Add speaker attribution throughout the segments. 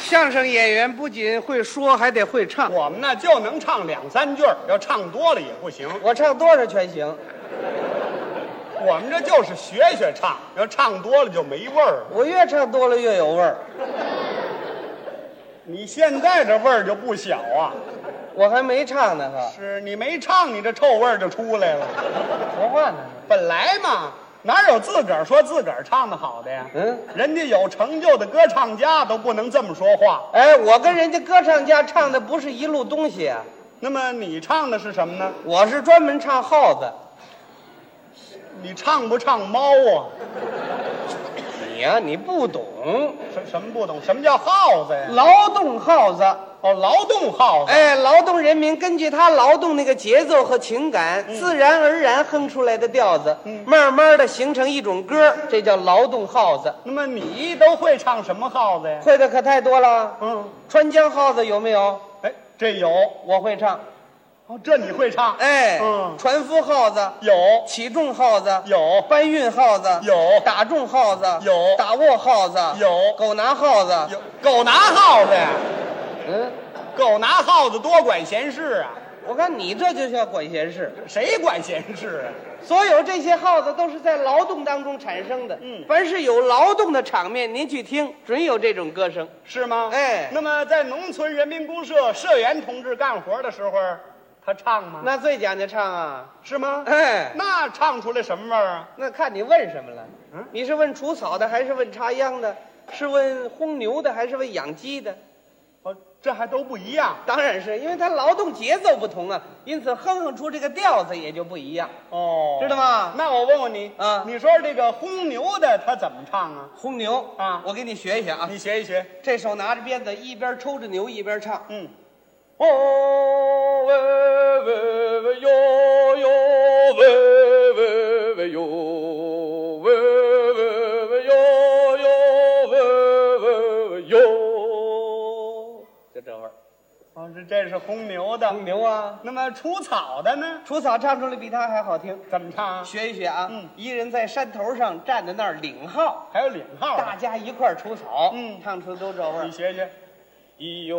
Speaker 1: 相声演员不仅会说，还得会唱。
Speaker 2: 我们呢就能唱两三句儿，要唱多了也不行。
Speaker 1: 我唱多少全行，
Speaker 2: 我们这就是学学唱，要唱多了就没味儿了。
Speaker 1: 我越唱多了越有味儿。
Speaker 2: 你现在这味儿就不小啊！
Speaker 1: 我还没唱呢，哈，
Speaker 2: 是你没唱，你这臭味儿就出来了。
Speaker 1: 说话呢。
Speaker 2: 本来嘛，哪有自个儿说自个儿唱的好的呀？
Speaker 1: 嗯，
Speaker 2: 人家有成就的歌唱家都不能这么说话。
Speaker 1: 哎，我跟人家歌唱家唱的不是一路东西啊，
Speaker 2: 那么你唱的是什么呢？
Speaker 1: 我是专门唱耗子。
Speaker 2: 你唱不唱猫啊？
Speaker 1: 你呀、你不懂，
Speaker 2: 什什么不懂？什么叫耗子呀？
Speaker 1: 劳动耗子。
Speaker 2: 哦，劳动耗子。
Speaker 1: 哎，劳动人民根据他劳动那个节奏和情感，自然而然哼出来的调子，慢慢的形成一种歌，这叫劳动号子。
Speaker 2: 那么你都会唱什么耗子呀？
Speaker 1: 会的可太多了，
Speaker 2: 嗯，
Speaker 1: 川江号子有没有？
Speaker 2: 哎，这有
Speaker 1: 我会唱。
Speaker 2: 哦，这你会唱？
Speaker 1: 哎，
Speaker 2: 嗯
Speaker 1: 船夫号子，
Speaker 2: 有
Speaker 1: 起重号子，
Speaker 2: 有
Speaker 1: 搬运号子，
Speaker 2: 有
Speaker 1: 打中号子，
Speaker 2: 有
Speaker 1: 打握号子，
Speaker 2: 有
Speaker 1: 狗拿号子，
Speaker 2: 有，狗拿耗子呀，
Speaker 1: 嗯，
Speaker 2: 狗拿耗子多管闲事啊，
Speaker 1: 我看你这就叫管闲事。
Speaker 2: 谁管闲事啊？
Speaker 1: 所有这些耗子都是在劳动当中产生的。
Speaker 2: 嗯
Speaker 1: 凡是有劳动的场面，您去听，准有这种歌声。
Speaker 2: 是吗？
Speaker 1: 哎
Speaker 2: 那么在农村人民公社社员同志干活的时候，他唱吗？
Speaker 1: 那最讲究唱啊，
Speaker 2: 是吗？
Speaker 1: 哎，
Speaker 2: 那唱出来什么味儿啊？
Speaker 1: 那看你问什么了。
Speaker 2: 嗯
Speaker 1: 你是问除草的，还是问插秧的？是问轰牛的，还是问养鸡的？
Speaker 2: 哦，这还都不一样
Speaker 1: 当然是因为它劳动节奏不同啊，因此哼哼出这个调子也就不一样。
Speaker 2: 哦
Speaker 1: 知道吗
Speaker 2: 那我问问你
Speaker 1: 啊
Speaker 2: 你说这个轰牛的他怎么唱啊？
Speaker 1: 轰牛
Speaker 2: 啊
Speaker 1: 我给你学一学啊，
Speaker 2: 你学一学。
Speaker 1: 这手拿着鞭子，一边抽着牛，一边唱。
Speaker 2: 嗯，
Speaker 1: 哦喂喂喂哟哟喂喂喂哟喂喂喂哟哟喂喂喂哟，就这味儿。
Speaker 2: 哦，这这是轰牛的。
Speaker 1: 很牛啊！
Speaker 2: 那么除草的呢？
Speaker 1: 除草唱出来比他还好听，
Speaker 2: 怎么唱啊？
Speaker 1: 学一学啊！
Speaker 2: 嗯
Speaker 1: 一人在山头上站在那儿领号，
Speaker 2: 还有领号
Speaker 1: 大
Speaker 2: 的，
Speaker 1: 家一块儿除草，
Speaker 2: 嗯
Speaker 1: 唱出都这味儿
Speaker 2: 你。学学。
Speaker 1: 咿哟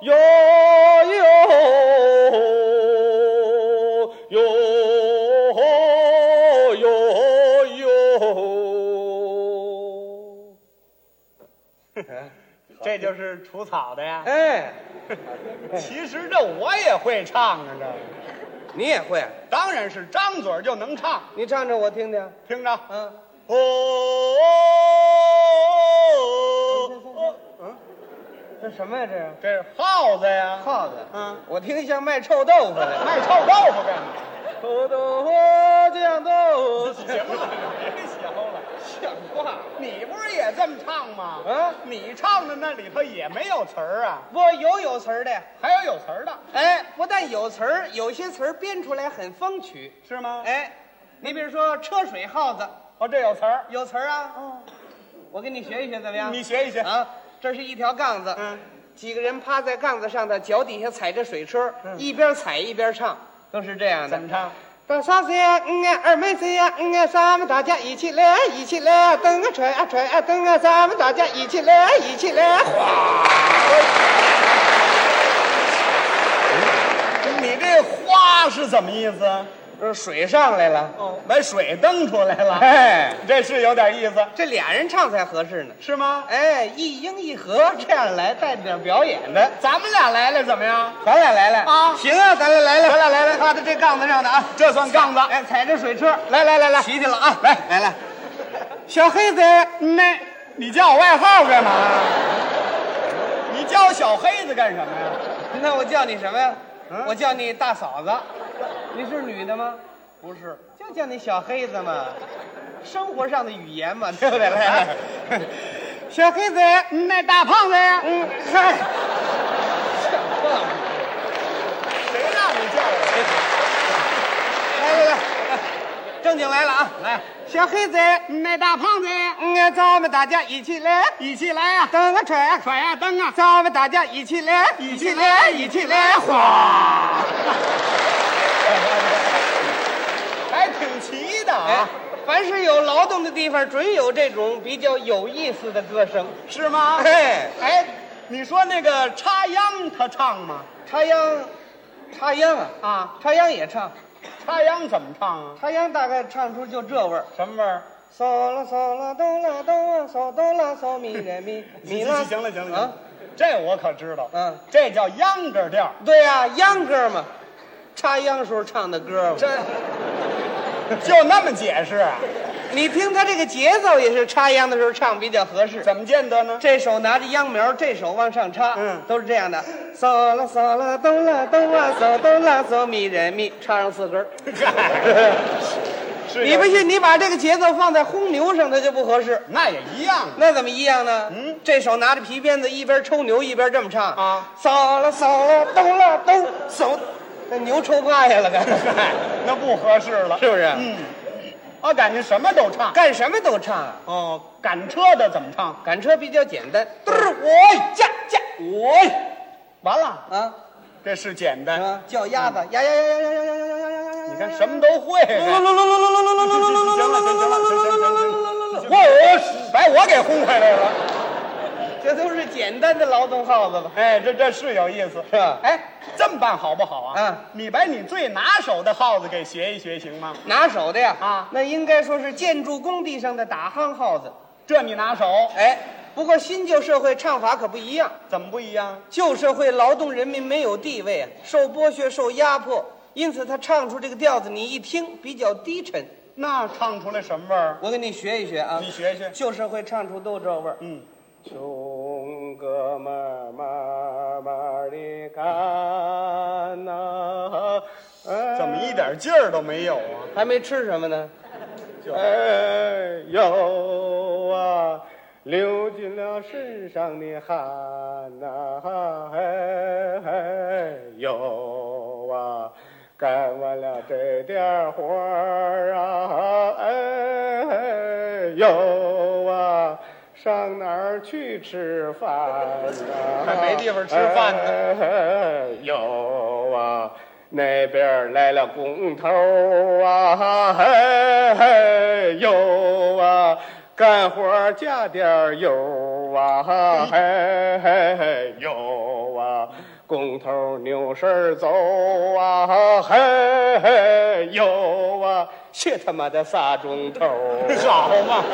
Speaker 1: 哟哟哟哟哟哟！嗯
Speaker 2: 这就是除草的呀。
Speaker 1: 哎，
Speaker 2: 其实这我也会唱啊，这
Speaker 1: 你也会？啊
Speaker 2: 当然是张嘴就能唱，
Speaker 1: 你唱唱我听听。
Speaker 2: 听着。
Speaker 1: 嗯，
Speaker 2: 哦哦，嗯，
Speaker 1: 这什么呀？这是
Speaker 2: 这是耗子呀，
Speaker 1: 耗子。
Speaker 2: 嗯，
Speaker 1: 我听像卖臭豆腐的。
Speaker 2: 卖臭豆腐干嘛？
Speaker 1: 臭豆腐酱豆腐，
Speaker 2: 行了，别学了。
Speaker 1: 像话
Speaker 2: 你不是也这么唱吗？
Speaker 1: 啊！
Speaker 2: 你唱的那里头也没有词儿啊，
Speaker 1: 我有有词儿的。
Speaker 2: 还有有词儿的，
Speaker 1: 哎，不但有词儿，有些词儿编出来很风趣。
Speaker 2: 是吗？
Speaker 1: 哎，你比如说“车水耗子
Speaker 2: 哦，这有词儿”，，
Speaker 1: 有词儿啊。我给你学一学，怎么样？
Speaker 2: 你学一学。
Speaker 1: 啊，这是一条杠子，
Speaker 2: 嗯，
Speaker 1: 几个人趴在杠子上头，脚底下踩着水车，
Speaker 2: 嗯
Speaker 1: 一边踩一边唱，都是这样的
Speaker 2: 怎。么唱？
Speaker 1: 大嫂子呀，嗯啊，二妹子呀，嗯啊，咱们大家一起来，一起来，蹬啊踹啊踹啊蹬啊，咱们大家一起来，一起来。
Speaker 2: 你这花是怎么意思？
Speaker 1: 呃水上来了，
Speaker 2: 哦，把水蹬出来了。
Speaker 1: 哎，
Speaker 2: 这是有点意思，
Speaker 1: 这俩人唱才合适呢。
Speaker 2: 是吗？
Speaker 1: 哎，一英一和这样来，带着点表演的。
Speaker 2: 咱们俩来了怎么样？
Speaker 1: 咱俩来来
Speaker 2: 啊
Speaker 1: 行啊，咱俩来来，
Speaker 2: 咱俩来来
Speaker 1: 趴在这杠子上的啊，
Speaker 2: 这算杠子
Speaker 1: 哎，踩着水车，来来来来，骑去了啊，来来来，小黑子，嗯
Speaker 2: 那，你叫我外号干嘛呀？你叫我小黑子干什么呀？
Speaker 1: 那我叫你什么呀？
Speaker 2: 嗯
Speaker 1: 我叫你大嫂子，你是女的吗？
Speaker 2: 不是，
Speaker 1: 就叫你小黑子嘛，生活上的语言嘛，对 不对？ 来来，小黑子，
Speaker 2: 那大胖子呀？
Speaker 1: 嗯，嗨，
Speaker 2: 谁让你叫我？
Speaker 1: 来来来，正经来了啊，来，小黑子，
Speaker 2: 那大胖子呀？
Speaker 1: 嗯，咱们大家一起来。
Speaker 2: 一起来呀、
Speaker 1: 蹬啊踹啊，
Speaker 2: 甩呀、蹬啊！
Speaker 1: 咱们大家一起来，一起来，一起来，
Speaker 2: 哗！还挺齐的
Speaker 1: 哎
Speaker 2: 啊！，
Speaker 1: 凡是有劳动的地方准有这种比较有意思的歌声。
Speaker 2: 是吗？
Speaker 1: 哎
Speaker 2: 哎，你说那个插秧他唱吗？
Speaker 1: 插秧，插秧啊，
Speaker 2: 啊，
Speaker 1: 插秧也唱，
Speaker 2: 插秧怎么唱啊？
Speaker 1: 插秧大概唱出就这味儿。
Speaker 2: 什么味儿？
Speaker 1: 嗦啦嗦啦哆啦哆啊，嗦哆啦嗦咪来 咪咪啦。
Speaker 2: 行了行了行
Speaker 1: 啊
Speaker 2: 了，这我可知道。
Speaker 1: 嗯
Speaker 2: 这叫秧歌调。
Speaker 1: 对呀、秧歌嘛，插秧时候唱的歌 嘛。
Speaker 2: 这就那么解释啊？
Speaker 1: 你听他这个节奏也是插秧的时候唱比较合适。
Speaker 2: 怎么见得呢？
Speaker 1: 这手拿着秧苗，这手往上插，
Speaker 2: 嗯
Speaker 1: 都是这样的。嗦啦嗦啦哆啦哆啊，嗦哆啦嗦咪人咪，插上四根儿。
Speaker 2: 是
Speaker 1: 你不信，你把这个节奏放在轰牛上，它就不合适。
Speaker 2: 那也一样啊。
Speaker 1: 那怎么一样呢？
Speaker 2: 嗯，
Speaker 1: 这手拿着皮鞭子，一边抽牛一边这么唱
Speaker 2: 啊，
Speaker 1: 嗦啦嗦啦哆啦哆，手，那牛抽趴下了，干
Speaker 2: 嗨，那不合适了。
Speaker 1: 是不是？
Speaker 2: 嗯，我感觉什么都唱。
Speaker 1: 干什么都唱啊。
Speaker 2: 哦，赶车的怎么唱？
Speaker 1: 赶车比较简单，嘟儿我呀呀我
Speaker 2: 完了，
Speaker 1: 啊
Speaker 2: 这是简单。
Speaker 1: 啊，叫鸭子呀呀呀呀呀呀呀呀呀呀呀呀！
Speaker 2: 你看什么都会呗。
Speaker 1: 噜噜噜噜噜噜噜噜噜噜噜噜噜噜噜噜噜噜噜噜！
Speaker 2: 我把我给轰回来了。
Speaker 1: 这都是简单的劳动号子吧？
Speaker 2: 哎，这这是有意思，
Speaker 1: 是吧
Speaker 2: 哎，这么办好不好啊？
Speaker 1: 嗯，
Speaker 2: 你把你最拿手的号子给学一学，行吗？
Speaker 1: 拿手的呀那应该说是建筑工地上的打夯号子。
Speaker 2: 这你拿手，
Speaker 1: 哎，不过新旧社会唱法可不一样。
Speaker 2: 怎么不一样？
Speaker 1: 旧社会劳动人民没有地位啊，受剥削、受压迫，因此他唱出这个调子，你一听比较低沉。
Speaker 2: 那唱出来什么味儿？
Speaker 1: 我给你学一学啊，
Speaker 2: 你学学。
Speaker 1: 旧社会唱出都这味儿。
Speaker 2: 嗯，
Speaker 1: 穷哥们儿慢慢的干呐、
Speaker 2: 怎么一点劲儿都没有啊？
Speaker 1: 还没吃什么呢？
Speaker 3: 哎呦啊，流尽了身上的汗呐、哎哎呦啊，干完了这点儿活儿啊，哎哎呦啊，上哪儿去吃饭呐、
Speaker 2: 还没地方吃饭呢
Speaker 3: 哎哎有啊，那边来了工头啊，嘿嘿有啊，干活加点油啊，嘿嘿嘿有啊，工头扭身走啊，嘿嘿有啊，去他妈的仨钟头，啊
Speaker 2: 好嘛，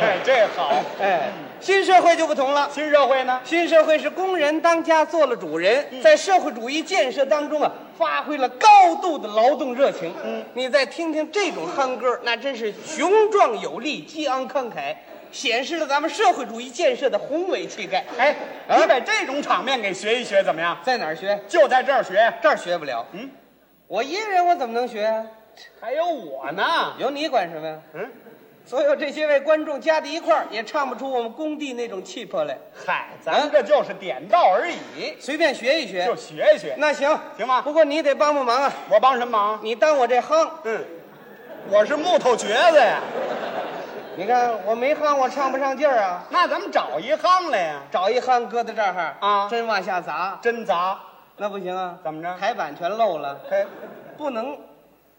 Speaker 2: 哎，这好。
Speaker 1: 哎，新社会就不同了。
Speaker 2: 新社会呢？
Speaker 1: 新社会是工人当家做了主人，
Speaker 2: 嗯
Speaker 1: 在社会主义建设当中啊，发挥了高度的劳动热情。嗯，你再听听这种夯歌，那真是雄壮有力、激昂慷慨，显示了咱们社会主义建设的宏伟气概。
Speaker 2: 哎，
Speaker 1: 啊
Speaker 2: 你把这种场面给学一学，怎么样？
Speaker 1: 在哪儿学？
Speaker 2: 就在这儿学。
Speaker 1: 这儿学不了。嗯，我一个人我怎么能学啊？
Speaker 2: 还有我呢。
Speaker 1: 有你管什么呀？
Speaker 2: 嗯，
Speaker 1: 所有这些位观众加在一块儿，也唱不出我们工地那种气魄来。
Speaker 2: 嗨，咱们这就是点到而已，
Speaker 1: 随便学一学
Speaker 2: 就，学一学。
Speaker 1: 那行
Speaker 2: 行吧
Speaker 1: 不过你得帮帮忙啊，
Speaker 2: 我帮什么忙？
Speaker 1: 你当我这夯。
Speaker 2: 嗯，我是木头橛子呀。
Speaker 1: 你看我没夯，我唱不上劲儿啊。
Speaker 2: 那咱们找一行来呀。
Speaker 1: 找一夯搁在这儿哈
Speaker 2: 啊
Speaker 1: 真往下砸
Speaker 2: 真砸，
Speaker 1: 那不行啊。
Speaker 2: 怎么着
Speaker 1: 台板全漏了，
Speaker 2: 嘿，
Speaker 1: 不能，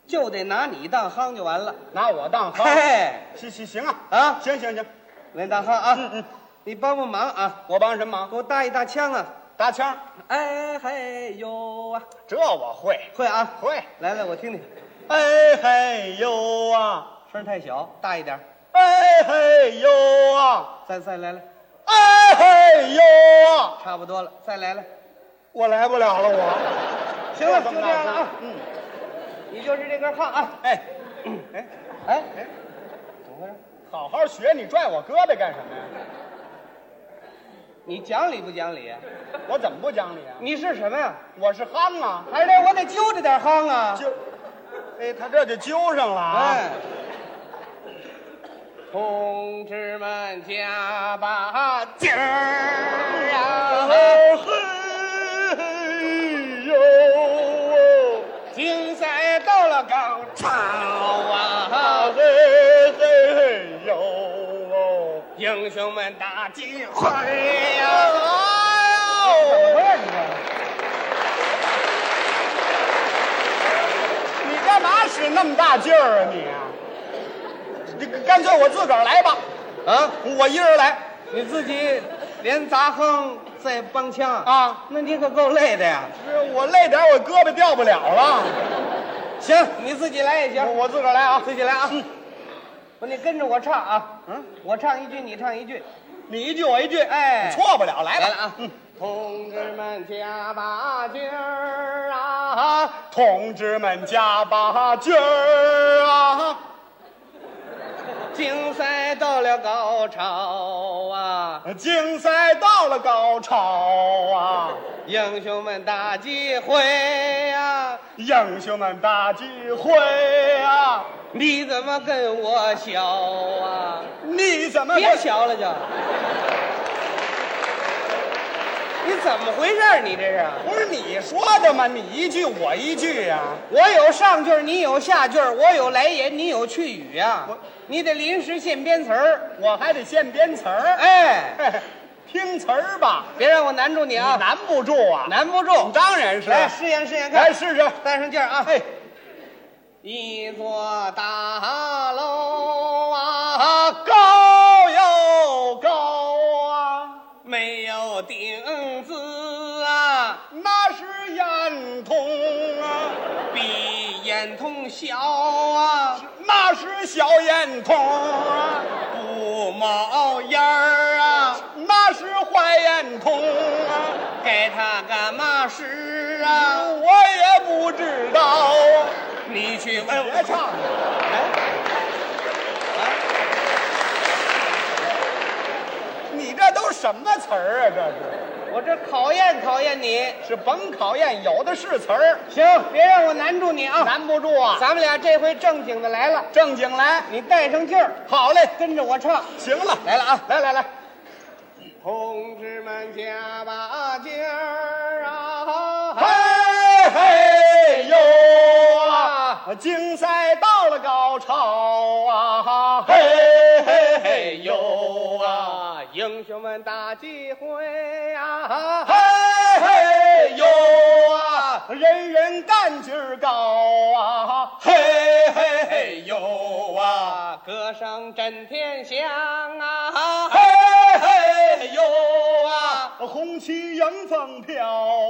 Speaker 1: 就得拿你当夯就完了。
Speaker 2: 拿我当行。
Speaker 1: 嘿，
Speaker 2: 行行行啊，
Speaker 1: 啊，
Speaker 2: 行行行，
Speaker 1: 来当夯啊，你帮帮忙啊，
Speaker 2: 我帮什么忙？
Speaker 1: 给我搭一搭腔啊。
Speaker 2: 搭腔，
Speaker 1: 哎嘿呦啊，
Speaker 2: 这我会，
Speaker 1: 会啊，
Speaker 2: 会。
Speaker 1: 来来，我听听，
Speaker 2: 哎嘿呦啊，
Speaker 1: 声儿太小，大一点儿，
Speaker 2: 哎嘿呦啊，
Speaker 1: 再再来来，
Speaker 2: 哎嘿呦啊。
Speaker 1: 差不多了，再来来。
Speaker 2: 我来不了了，我。
Speaker 1: 行了，就这样了啊，
Speaker 2: 嗯，
Speaker 1: 你就是这根夯啊。
Speaker 2: 哎，哎，
Speaker 1: 哎哎，怎么回事？
Speaker 2: 好好学，你拽我胳膊干什么呀？
Speaker 1: 你讲理不讲理？啊
Speaker 2: 我怎么不讲理啊？
Speaker 1: 你是什么呀？
Speaker 2: 我是憨啊，
Speaker 1: 还得我得揪着点夯啊！
Speaker 2: 就，哎，他这就揪上了啊。
Speaker 1: 哎，同志们加把劲儿啊！
Speaker 2: 嘿呦，
Speaker 1: 竞赛到了高潮啊！
Speaker 2: 嘿嘿嘿呦，
Speaker 1: 英雄们打
Speaker 2: 哎
Speaker 1: 金花呀！
Speaker 2: 怎么
Speaker 1: 哎
Speaker 2: 回事你这？你干嘛使那么大劲儿啊你啊？
Speaker 1: 呦，
Speaker 2: 这个干脆我自个儿来吧，
Speaker 1: 啊，
Speaker 2: 我一人来。
Speaker 1: 你自己连砸哼再帮腔
Speaker 2: 啊，
Speaker 1: 那你可够累的呀。
Speaker 2: 是我累点儿，我胳膊掉不了了。
Speaker 1: 行，你自己来也行，
Speaker 2: 我自个儿来啊，
Speaker 1: 自己来啊。不，你跟着我唱啊，嗯，我唱一句，你唱一句，
Speaker 2: 你一句我一句，
Speaker 1: 哎，
Speaker 2: 错不了，来吧。
Speaker 1: 来了啊。同志们加把劲儿啊！
Speaker 2: 同志们加把劲儿啊！
Speaker 1: 竞赛到了高潮啊！
Speaker 2: 竞赛到了高潮啊！
Speaker 1: 英雄们大集会啊！
Speaker 2: 英雄们大聚会啊！
Speaker 1: 你怎么跟我笑啊？
Speaker 2: 你怎么
Speaker 1: 别学了就。你怎么回事儿？你这是？
Speaker 2: 不是你说的吗？你一句我一句啊呀、
Speaker 1: 我有上句儿，你有下句儿；我有来言，你有去语呀、
Speaker 2: 我
Speaker 1: 你得临时现编词儿。
Speaker 2: 我还得现编词儿。
Speaker 1: 哎，
Speaker 2: 哎，听词儿吧，
Speaker 1: 别让我难住你啊！
Speaker 2: 难不住啊。
Speaker 1: 难不住。
Speaker 2: 当然是。
Speaker 1: 来，试验试验看。
Speaker 2: 来试试。
Speaker 1: 带上劲儿啊！
Speaker 2: 哎，
Speaker 1: 一座大楼啊，
Speaker 2: 高又高啊，
Speaker 1: 没有顶子啊，
Speaker 2: 那是烟囱啊。
Speaker 1: 比烟囱小啊，
Speaker 2: 那是小烟筒啊，
Speaker 1: 不冒烟儿啊，
Speaker 2: 那是坏烟筒啊，
Speaker 1: 给它干嘛使啊？
Speaker 2: 我也不知道。
Speaker 1: 你去问
Speaker 2: 别唱哎了，哎你这都什么词儿啊？这
Speaker 1: 我这考验考验你。
Speaker 2: 是是甭考验，有的是词儿，
Speaker 1: 行，别让我难住你啊！
Speaker 2: 难不住啊。
Speaker 1: 咱们俩这回正经的来了，
Speaker 2: 正经来，
Speaker 1: 你带上劲儿，
Speaker 2: 好嘞，
Speaker 1: 跟着我唱。
Speaker 2: 行了，
Speaker 1: 来了啊！
Speaker 2: 来来来，
Speaker 1: 同志们加把劲儿啊！
Speaker 2: 嘿嘿哟
Speaker 1: 啊！
Speaker 2: 啊，竞赛到了高潮啊，嘿嘿嘿哟啊。！
Speaker 1: 英雄们大聚会啊！
Speaker 2: 嘿嘿哟啊，人人干劲儿高啊，嘿嘿嘿哟啊，
Speaker 1: 啊，歌声震天响啊！
Speaker 2: 嘿嘿哟啊，红旗迎风飘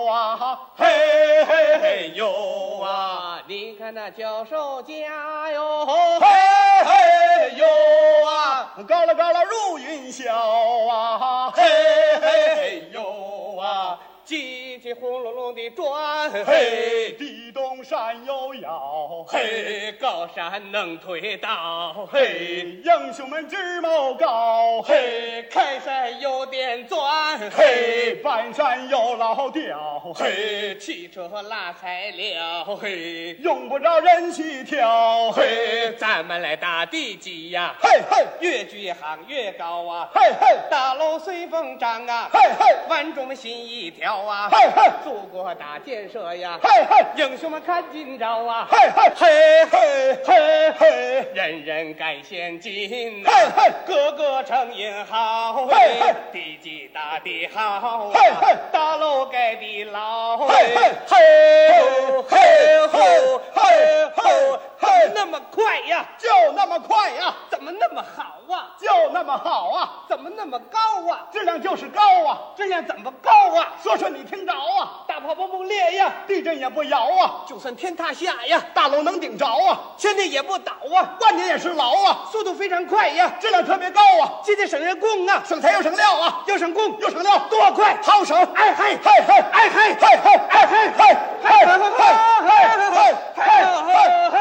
Speaker 2: 啊，嘿嘿嘿哟啊，
Speaker 1: 啊，你看那教授家哟，
Speaker 2: 嘿嘿哟啊，高了高了入云霄啊，嘿嘿嘿哟啊。
Speaker 1: 叽叽轰隆隆地转，
Speaker 2: 嘿，地动山又摇，
Speaker 1: 嘿，高山能推倒，
Speaker 2: 嘿，英雄们志谋高，嘿，
Speaker 1: 看山有点钻，
Speaker 2: 嘿，，半山有老屌，嘿，
Speaker 1: 汽车拉材料，嘿，
Speaker 2: 用不着人去挑，嘿，
Speaker 1: 咱们来打地基呀，
Speaker 2: 嘿嘿，
Speaker 1: 越举行越高啊，
Speaker 2: 嘿嘿，
Speaker 1: 大楼随风长啊，
Speaker 2: 嘿嘿，
Speaker 1: 万众心一条啊，
Speaker 2: 嘿嘿，
Speaker 1: 祖国大建设呀，
Speaker 2: 嘿嘿，
Speaker 1: 英雄们看今朝啊，
Speaker 2: 嘿嘿，嘿嘿嘿嘿，
Speaker 1: 人人干先进、
Speaker 2: 嘿
Speaker 1: 啊，
Speaker 2: 嘿
Speaker 1: 个个成英豪，
Speaker 2: 嘿嘿
Speaker 1: 地基打得好、啊，
Speaker 2: 嘿嘿
Speaker 1: 大楼盖得牢，
Speaker 2: 嘿嘿，嘿嘿嘿嘿嘿嘿，
Speaker 1: 哦那么快呀，
Speaker 2: 就那么快呀，
Speaker 1: 怎么那么好啊？
Speaker 2: 就那么好啊，
Speaker 1: 怎么那么高啊？
Speaker 2: 质量就是高啊，
Speaker 1: 质量怎么高啊？
Speaker 2: 说说你听着啊，
Speaker 1: 大炮崩不裂呀，
Speaker 2: 地震也不摇啊，
Speaker 1: 就算天塌下呀，
Speaker 2: 大楼能顶着啊，
Speaker 1: 千年也不倒啊，
Speaker 2: 万年也是牢啊。
Speaker 1: 速度非常快呀，
Speaker 2: 质量特别高啊，
Speaker 1: 节俭省人工啊，
Speaker 2: 省材又省料啊，
Speaker 1: 又省工
Speaker 2: 又省料，
Speaker 1: 多快
Speaker 2: 好省，
Speaker 1: 哎嘿
Speaker 2: 嘿嘿，哎嘿，嘿嘿，哎嘿，嘿嘿，嘿嘿，嘿嘿，嘿嘿，嘿嘿，